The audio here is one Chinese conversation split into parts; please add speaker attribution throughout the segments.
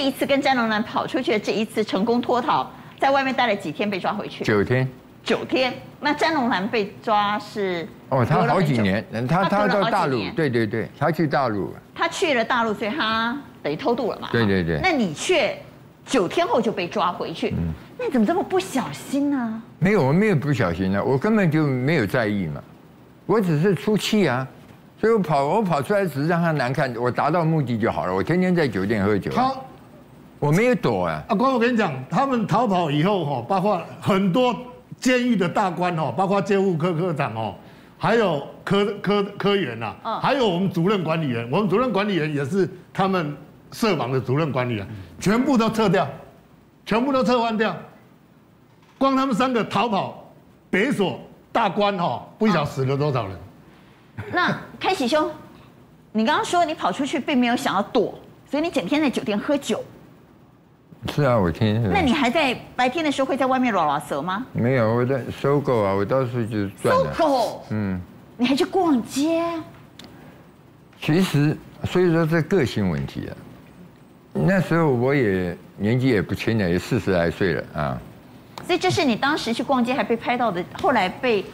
Speaker 1: 一次跟詹龙南跑出去的这一次成功脱逃，在外面待了几天被抓回去，
Speaker 2: 九天
Speaker 1: 九天。那詹龙南被抓是
Speaker 2: 哦，他
Speaker 1: 隔了
Speaker 2: 好
Speaker 1: 很
Speaker 2: 几
Speaker 1: 久
Speaker 2: 年，他
Speaker 1: 隔
Speaker 2: 他
Speaker 1: 了好
Speaker 2: 到
Speaker 1: 几
Speaker 2: 大陆，
Speaker 1: 年
Speaker 2: 对对对，他去大陆，啊
Speaker 1: 他去了大陆，所以他等于偷渡了嘛。
Speaker 2: 对对对嗯
Speaker 1: 那你却九天后就被抓回去，那你怎么这么不小心呢？
Speaker 2: 没有，我没有不小心的、我根本就没有在意嘛，我只是出气啊，所以我跑我跑出来只是让他难看，我达到目的就好了。我天天在酒店喝酒啊，
Speaker 3: 他
Speaker 2: 我没有躲啊，
Speaker 3: 阿官，我跟你讲，他们逃跑以后哈，包括很多监狱的大官哦，包括监务科科长哦，还有科科科员呐、
Speaker 1: 嗯
Speaker 3: 还有我们主任管理员，我们主任管理员也是他们社网的主任管理员，全部都撤掉，全部都撤换掉。光他们三个逃跑，北所大官哈、不晓得死了多少人。
Speaker 1: 那开启兄， 你刚刚说你跑出去并没有想要躲，所以你整天在酒店喝酒。
Speaker 2: 是啊，我天天。
Speaker 1: 那你还在白天的时候会在外面拉拉蛇吗？
Speaker 2: 没有，我在收购啊，我到处就是赚
Speaker 1: 搜
Speaker 2: 的。
Speaker 1: 狗，
Speaker 2: 嗯，
Speaker 1: 你还去逛街？
Speaker 2: 其实所以说这个性问题啊，那时候我也年纪也不轻了，也四十来岁了啊。
Speaker 1: 所以这是你当时去逛街还被拍到的，后来被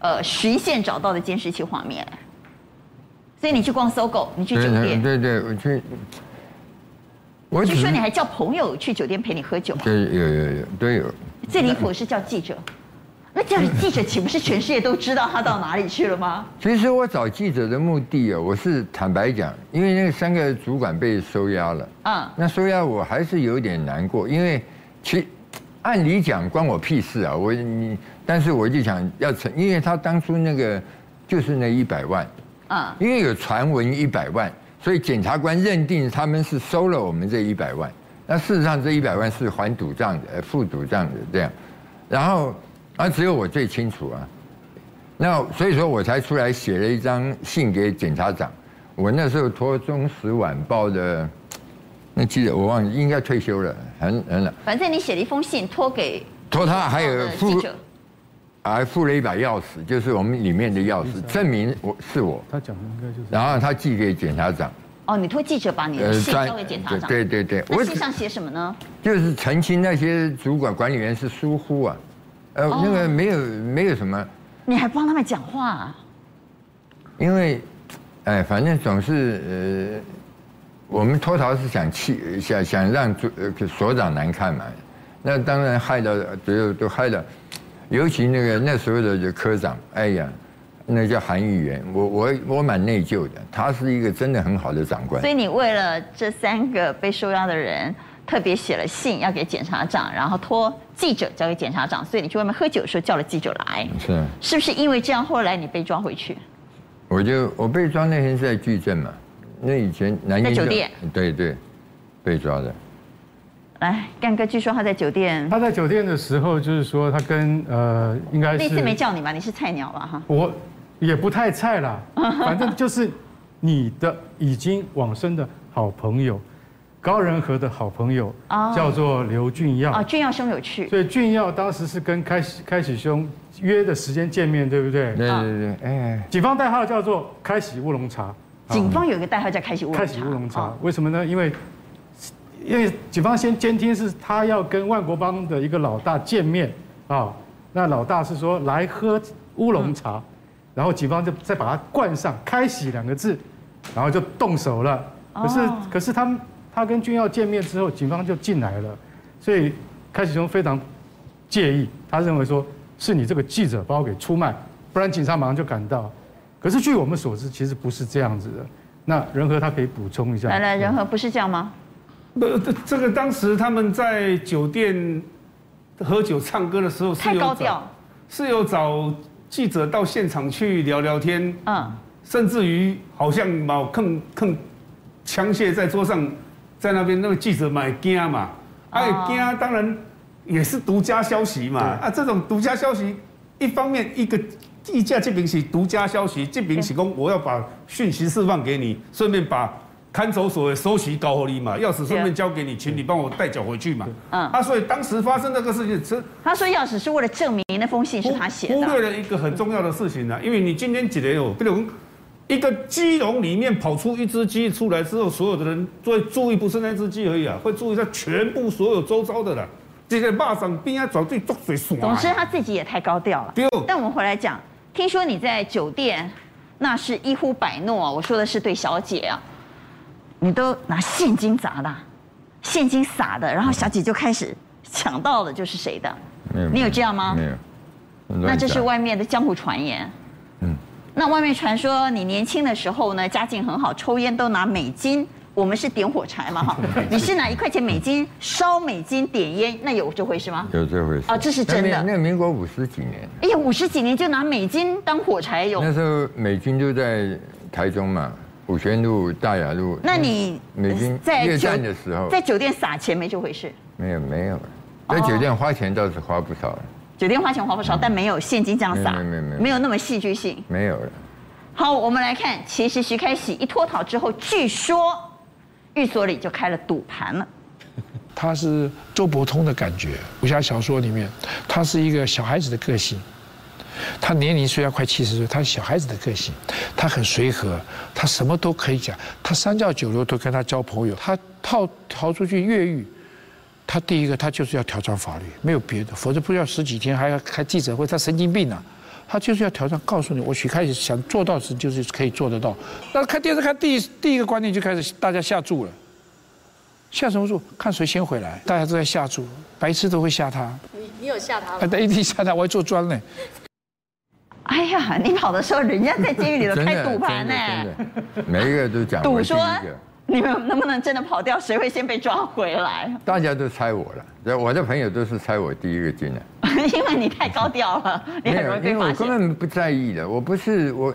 Speaker 1: 呃十一线找到的监视器画面。所以你去逛搜狗，你去酒店，
Speaker 2: 对对，我去，我
Speaker 1: 据
Speaker 2: 只
Speaker 1: 说
Speaker 2: 是
Speaker 1: 你还叫朋友去酒店陪你喝酒嘛？
Speaker 2: 对有有有都有，
Speaker 1: 最离谱的是叫记者，那叫记者岂不是全世界都知道他到哪里去了吗？
Speaker 2: 其实我找记者的目的啊，我是坦白讲，因为那三个主管被收押了，
Speaker 1: 嗯
Speaker 2: 那收押我还是有点难过，因为其按理讲关我屁事啊，我你，但是我就想要成，因为他当初那个就是那一百万，
Speaker 1: 嗯，
Speaker 2: 因为有传闻一百万，所以检察官认定他们是收了我们这一百万。那事实上这一百万是还赌账的，呃，付赌账的这样。然后，啊，只有我最清楚啊。那所以说我才出来写了一张信给检察长。我那时候托《中时晚报》的那记者，我忘了，应该退休了，很很老，
Speaker 1: 反正你写了一封信托给
Speaker 2: 托他还
Speaker 1: 报
Speaker 2: 有
Speaker 1: 的记
Speaker 2: 付
Speaker 1: 者，
Speaker 2: 还付了一把钥匙，就是我们里面的钥匙，证明我是我。
Speaker 4: 他讲的应该就是
Speaker 2: 然后他寄给检察长。
Speaker 1: 哦，你托记者把你的信
Speaker 2: 呃专
Speaker 1: 交给检察长。
Speaker 2: 对对对，
Speaker 1: 那
Speaker 2: 我
Speaker 1: 信上写什么呢？
Speaker 2: 就是澄清那些主管管理员是疏忽啊，呃，
Speaker 1: 哦
Speaker 2: 那个没有没有什么，
Speaker 1: 你还帮他们讲话、啊？
Speaker 2: 因为，哎，反正总是呃，我们脱逃是想气想想让主呃所长难看嘛，那当然害到最后都害到，尤其那个那时候的科长，哎呀。那叫韩议员，我我我蛮内疚的。他是一个真的很好的长官
Speaker 1: 所，以你为了这三个被收押的人，特别写了信要给检察长，然后托记者交给检察长。所以你去外面喝酒的时候叫了记者来，
Speaker 2: 是。啊
Speaker 1: 是不是因为这样后来你被抓回去？
Speaker 2: 我就我被抓那天是在矩阵嘛，那以前南京
Speaker 1: 在酒
Speaker 2: 就
Speaker 1: 店，哦
Speaker 2: 对对，被抓的。
Speaker 1: 来，干哥，据说他在酒店
Speaker 4: 他在酒店的时候，就是说他跟呃，应该是
Speaker 1: 那次没叫你吧？你是菜鸟吧？哈，
Speaker 4: 我也不太 菜啦，反正就是你的已经往生的好朋友，高仁和的好朋友
Speaker 1: 哦
Speaker 4: 叫做刘俊耀。
Speaker 1: 哦，俊耀兄有去，
Speaker 4: 啊所以俊耀当时是跟开喜开喜兄约的时间见面，对不对？
Speaker 2: 对对对，哎，
Speaker 4: 警方代号叫做开喜乌龙茶，
Speaker 1: 警方有一个代号叫开启乌龙茶。
Speaker 4: 啊开喜乌龙茶
Speaker 1: 哦，
Speaker 4: 为什么呢？因为因为警方先监听是他要跟万国帮的一个老大见面啊，那老大是说来喝乌
Speaker 1: 嗯
Speaker 4: 龙茶，然后警方就再把它冠上“开喜”两个字，然后就动手了。可是
Speaker 1: 哦
Speaker 4: 可是他们他跟军耀见面之后，警方就进来了，所以开喜兄非常介意，他认为说是你这个记者把我给出卖，不然警察马上就赶到。可是据我们所知，其实不是这样子的。那仁和他可以补充一下，
Speaker 1: 来来，仁和不是这样吗？
Speaker 5: 不，这这个当时他们在酒店喝酒唱歌的时候，是
Speaker 1: 太
Speaker 5: 有
Speaker 1: 高
Speaker 5: 找
Speaker 1: 调，
Speaker 5: 是有找记者到现场去聊聊天，
Speaker 1: 嗯，
Speaker 5: 甚至于好像某坑坑枪械在桌上，在那边那个记者买惊嘛，
Speaker 1: 哦
Speaker 5: 啊惊当然也是独家消息嘛，
Speaker 4: 对
Speaker 5: 啊这种独家消息，一方面一个一家这边是独家消息，这边是讲我要把讯息释放给你，顺便把看守所的收息搞合你嘛，钥匙顺
Speaker 1: 对
Speaker 5: 便交给你，请你帮我带脚回去嘛，
Speaker 1: 嗯
Speaker 5: 啊所以当时发生那个事情是。
Speaker 1: 他说钥匙是为了证明那封信是他写
Speaker 5: 忽
Speaker 1: 的嗯
Speaker 4: 啊
Speaker 5: 啊忽。略了一个很重要的事情呢、因为你今天几个有，比如讲一个鸡笼里面跑出一只鸡出来之后，所有的人会注意不是那只鸡而已啊，会注意到全部所有周遭的啦。这个蚂蚱边啊，找对抓水爽。
Speaker 1: 总之他自己也太高调了
Speaker 5: 对。
Speaker 1: 但我们回来讲，听说你在酒店，那是一呼百诺啊，我说的是对小姐啊，你都拿现金砸的啊，现金撒的，然后小姐就开始抢到的就是谁的，你有这样吗？
Speaker 2: 没有。
Speaker 1: 那
Speaker 2: 乱
Speaker 1: 这是
Speaker 2: 讲
Speaker 1: 外面的江湖传言。
Speaker 2: 嗯
Speaker 1: 那外面传说你年轻的时候呢，家境很好，抽烟都拿美金。我们是点火柴嘛 哈，你是拿一块钱美金烧美金点烟，那有这回事吗？
Speaker 2: 有这回事
Speaker 1: 哦这是真的
Speaker 2: 那民那民国五十几年，
Speaker 1: 哎呀，五十几年就拿美金当火柴有
Speaker 2: 那时候美军就在台中嘛，五泉路、大雅路。
Speaker 1: 那你
Speaker 2: 美军
Speaker 1: 在
Speaker 2: 越
Speaker 1: 酒
Speaker 2: 战的时候，
Speaker 1: 在酒店撒钱没这回事，
Speaker 2: 没有没
Speaker 1: 哦
Speaker 2: 有，在酒店花钱倒是花不少了，
Speaker 1: 酒店花钱花不少，但没有现金这样撒，
Speaker 2: 没有没有没有
Speaker 1: 那么戏剧性。
Speaker 2: 没有了。
Speaker 1: 好，我们来看，其实徐开喜一脱逃之后，据说寓所里就开了赌盘了。
Speaker 6: 他是周伯通的感觉。武侠小说里面，他是一个小孩子的个性。他年龄虽然快七十岁，他是小孩子的个性，他很随和，他什么都可以讲，他三教九流都跟他交朋友。他逃逃出去越狱，他第一个他就是要挑战法律，没有别的，否则不要十几天还要开记者会，他神经病啊！他就是要挑战，告诉你，我许开始想做到的事就是可以做得到。那看电视看第一第一个观念就开始大家下注了。下什么注？看谁先回来。大家都在下注，白痴都会下他，
Speaker 7: 你你有吓他
Speaker 6: 啊，
Speaker 7: 吗？
Speaker 6: 一定下他，我还做庄呢。
Speaker 1: 哎呀，你跑的时候，人家在监狱里头
Speaker 2: 真
Speaker 1: 开
Speaker 2: 的
Speaker 1: 赌盘呢，
Speaker 2: 真的真的，啊每一个都讲 我
Speaker 1: 赌
Speaker 2: 第一
Speaker 1: 说
Speaker 2: 个，
Speaker 1: 你们能不能真的跑掉，谁会先被抓回来？
Speaker 2: 大家都猜我了。对我的朋友都是猜我第一个进来，
Speaker 1: 因为你太高调了，你 很容易
Speaker 2: 因为
Speaker 1: 被发
Speaker 2: 我根
Speaker 1: 现。
Speaker 2: 本不在意的，我不是我。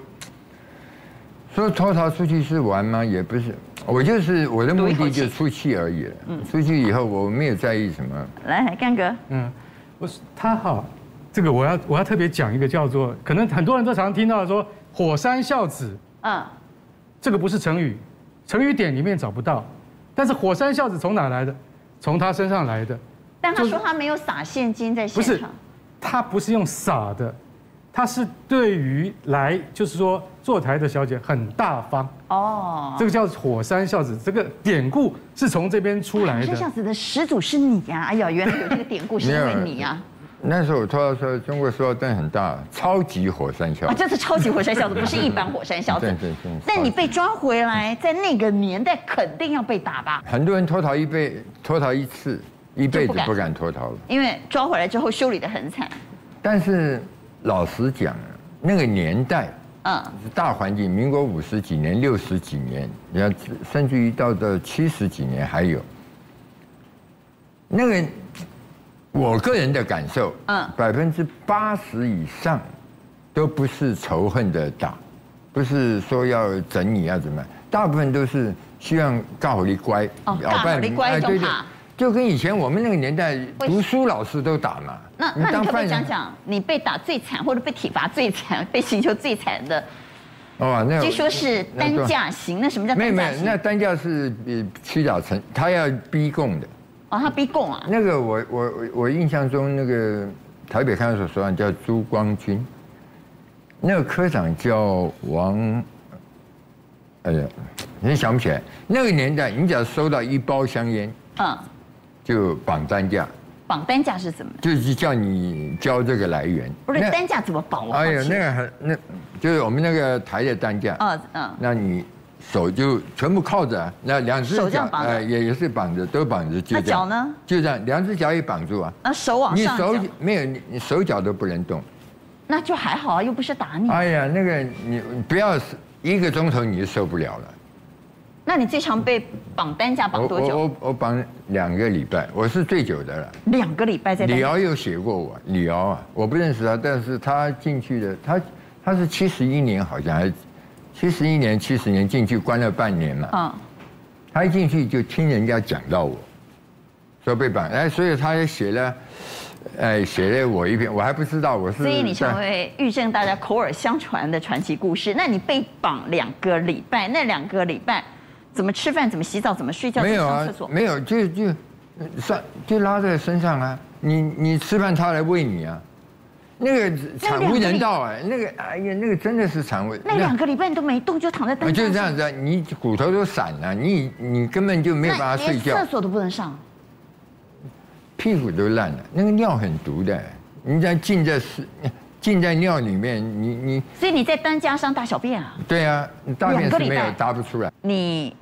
Speaker 2: 说脱逃出去是玩吗？也不是，我就是我的目
Speaker 1: 赌一口
Speaker 2: 的
Speaker 1: 气嗯
Speaker 2: 就出去而已了。出去以后我没有在意什么，
Speaker 1: 来，干哥，
Speaker 4: 嗯，我是他哈，这个我要我要特别讲一个叫做，可能很多人都常听到说“火山孝子
Speaker 1: 嗯，”，
Speaker 4: 这个不是成语，成语典里面找不到，但是“火山孝子”从哪来的？从他身上来的，
Speaker 1: 但他说他没有撒现金在
Speaker 4: 不
Speaker 1: 现
Speaker 4: 是
Speaker 1: 场，，
Speaker 4: 他不是用撒的，他是对于来就是说坐台的小姐很大方，
Speaker 1: 哦，
Speaker 4: 这个叫火山孝子，这个典故是从这边出来
Speaker 1: 哎这孝
Speaker 4: 的。
Speaker 1: 子的始祖是你呀、哎呀，原来有这个典故是因为你啊呀、
Speaker 2: 那时候我脱到说，中国塑料弹很大，超级火山
Speaker 1: 啊！
Speaker 2: 效
Speaker 1: 啊，
Speaker 2: 应。
Speaker 1: 这是超级火山孝子，不是一般火山孝子
Speaker 2: 对对对。
Speaker 1: 但你被抓回来，在那个年代肯定要被打吧？
Speaker 2: 很多人脱逃一辈，脱逃一次，一
Speaker 1: 就
Speaker 2: 辈子
Speaker 1: 不敢
Speaker 2: 不敢脱逃了。
Speaker 1: 因为抓回来之后修理的很惨，
Speaker 2: 但是老实讲啊，那个年代
Speaker 1: 嗯，
Speaker 2: 大环境，民国五十几年、六十几年，你看，甚至于到这七十几年还有。那个，我个人的感受，
Speaker 1: 嗯
Speaker 2: 百分之八十以上都不是仇恨的打，不是说要整你啊要怎么样，大部分都是希望告好你乖，
Speaker 1: 哦
Speaker 2: 鳌拜
Speaker 1: 告好你
Speaker 2: 你
Speaker 1: 乖
Speaker 2: 哎对
Speaker 1: 就
Speaker 2: 对
Speaker 1: 怕，
Speaker 2: 就跟以前我们那个年代
Speaker 1: 会
Speaker 2: 读书老师都打嘛，
Speaker 1: 那那你可不可以讲
Speaker 2: 人
Speaker 1: 讲你被打最惨，或者被体罚最惨、 被刑求最惨的？
Speaker 2: 哦，那
Speaker 1: 据说是
Speaker 2: 那
Speaker 1: 担
Speaker 2: 多
Speaker 1: 架刑，那什么叫
Speaker 2: 没有
Speaker 1: 担
Speaker 2: 没
Speaker 1: 架
Speaker 2: 有，
Speaker 1: 刑
Speaker 2: 那？单价是呃屈打成，他要逼供的。
Speaker 1: 哦，他逼供啊！
Speaker 2: 那个我我我我印象中那个台北看守所所长叫朱光军，那个科长叫王，哎呀，你想不起来。那个年代，你只要收到一包香烟，
Speaker 1: 嗯，
Speaker 2: 就绑单价，
Speaker 1: 绑担架是怎么？
Speaker 2: 就是叫你交这个来源。
Speaker 1: 不是
Speaker 2: 那
Speaker 1: 担架怎么绑？我好
Speaker 2: 哎呀，
Speaker 1: 奇
Speaker 2: 那个很那，就是我们那个台的担架。
Speaker 1: 哦嗯
Speaker 2: 那你手就全部靠着啊，那两只
Speaker 1: 手这
Speaker 2: 脚哎
Speaker 1: 样绑着
Speaker 2: 也也是绑着，都绑着，就
Speaker 1: 那
Speaker 2: 这样
Speaker 1: 脚呢？
Speaker 2: 就这样，两只脚也绑住啊。
Speaker 1: 那手往
Speaker 2: 你
Speaker 1: 上
Speaker 2: 手
Speaker 1: 讲，
Speaker 2: 没有，你你手脚都不能动。
Speaker 1: 那就还好啊，又不是打你。
Speaker 2: 哎呀，那个你你不要一个钟头你就受不了了。
Speaker 1: 那你最常被绑担架绑
Speaker 2: 我
Speaker 1: 多
Speaker 2: 我
Speaker 1: 久？
Speaker 2: 我我绑两个礼拜，我是最久的了。
Speaker 1: 两个礼拜在担
Speaker 2: 李
Speaker 1: 架。
Speaker 2: 敖有写过我，李敖啊，我不认识他，但是他进去的，他他是七十一年好像还，七十一年七十年进去关了半年嘛。
Speaker 1: 嗯，
Speaker 2: 他一进去就听人家讲到我，说被绑，哎，所以他也写了，哎，写了我一篇，我还不知道我是。
Speaker 1: 所以你成
Speaker 2: 在
Speaker 1: 为遇证大家口耳相传的传奇故事。那你被绑两个礼拜，那两个礼拜怎么吃饭、怎么洗澡、怎么睡觉、怎
Speaker 2: 没
Speaker 1: 么
Speaker 2: 有
Speaker 1: 上
Speaker 2: 啊
Speaker 1: 厕所？？
Speaker 2: 没有，就就上就拉在身上啊，你你吃饭他来喂你啊，那个惨无人道哎，那个哎呀，那个真的是惨无。
Speaker 1: 那两个礼拜你都没动，就躺在
Speaker 2: 那
Speaker 1: 担架上，
Speaker 2: 就是这样子啊，你骨头都散了，你你根本就没有
Speaker 1: 那
Speaker 2: 办法睡觉
Speaker 1: 连厕，所都不能上。
Speaker 2: 屁股都烂了，那个尿很毒的，你这样浸在屎浸在尿里面，你你
Speaker 1: 所以你在担架上大小便啊？
Speaker 2: 对啊，你大便
Speaker 1: 两个
Speaker 2: 是
Speaker 1: 礼
Speaker 2: 没有
Speaker 1: 拜
Speaker 2: 搭不出来。
Speaker 1: 你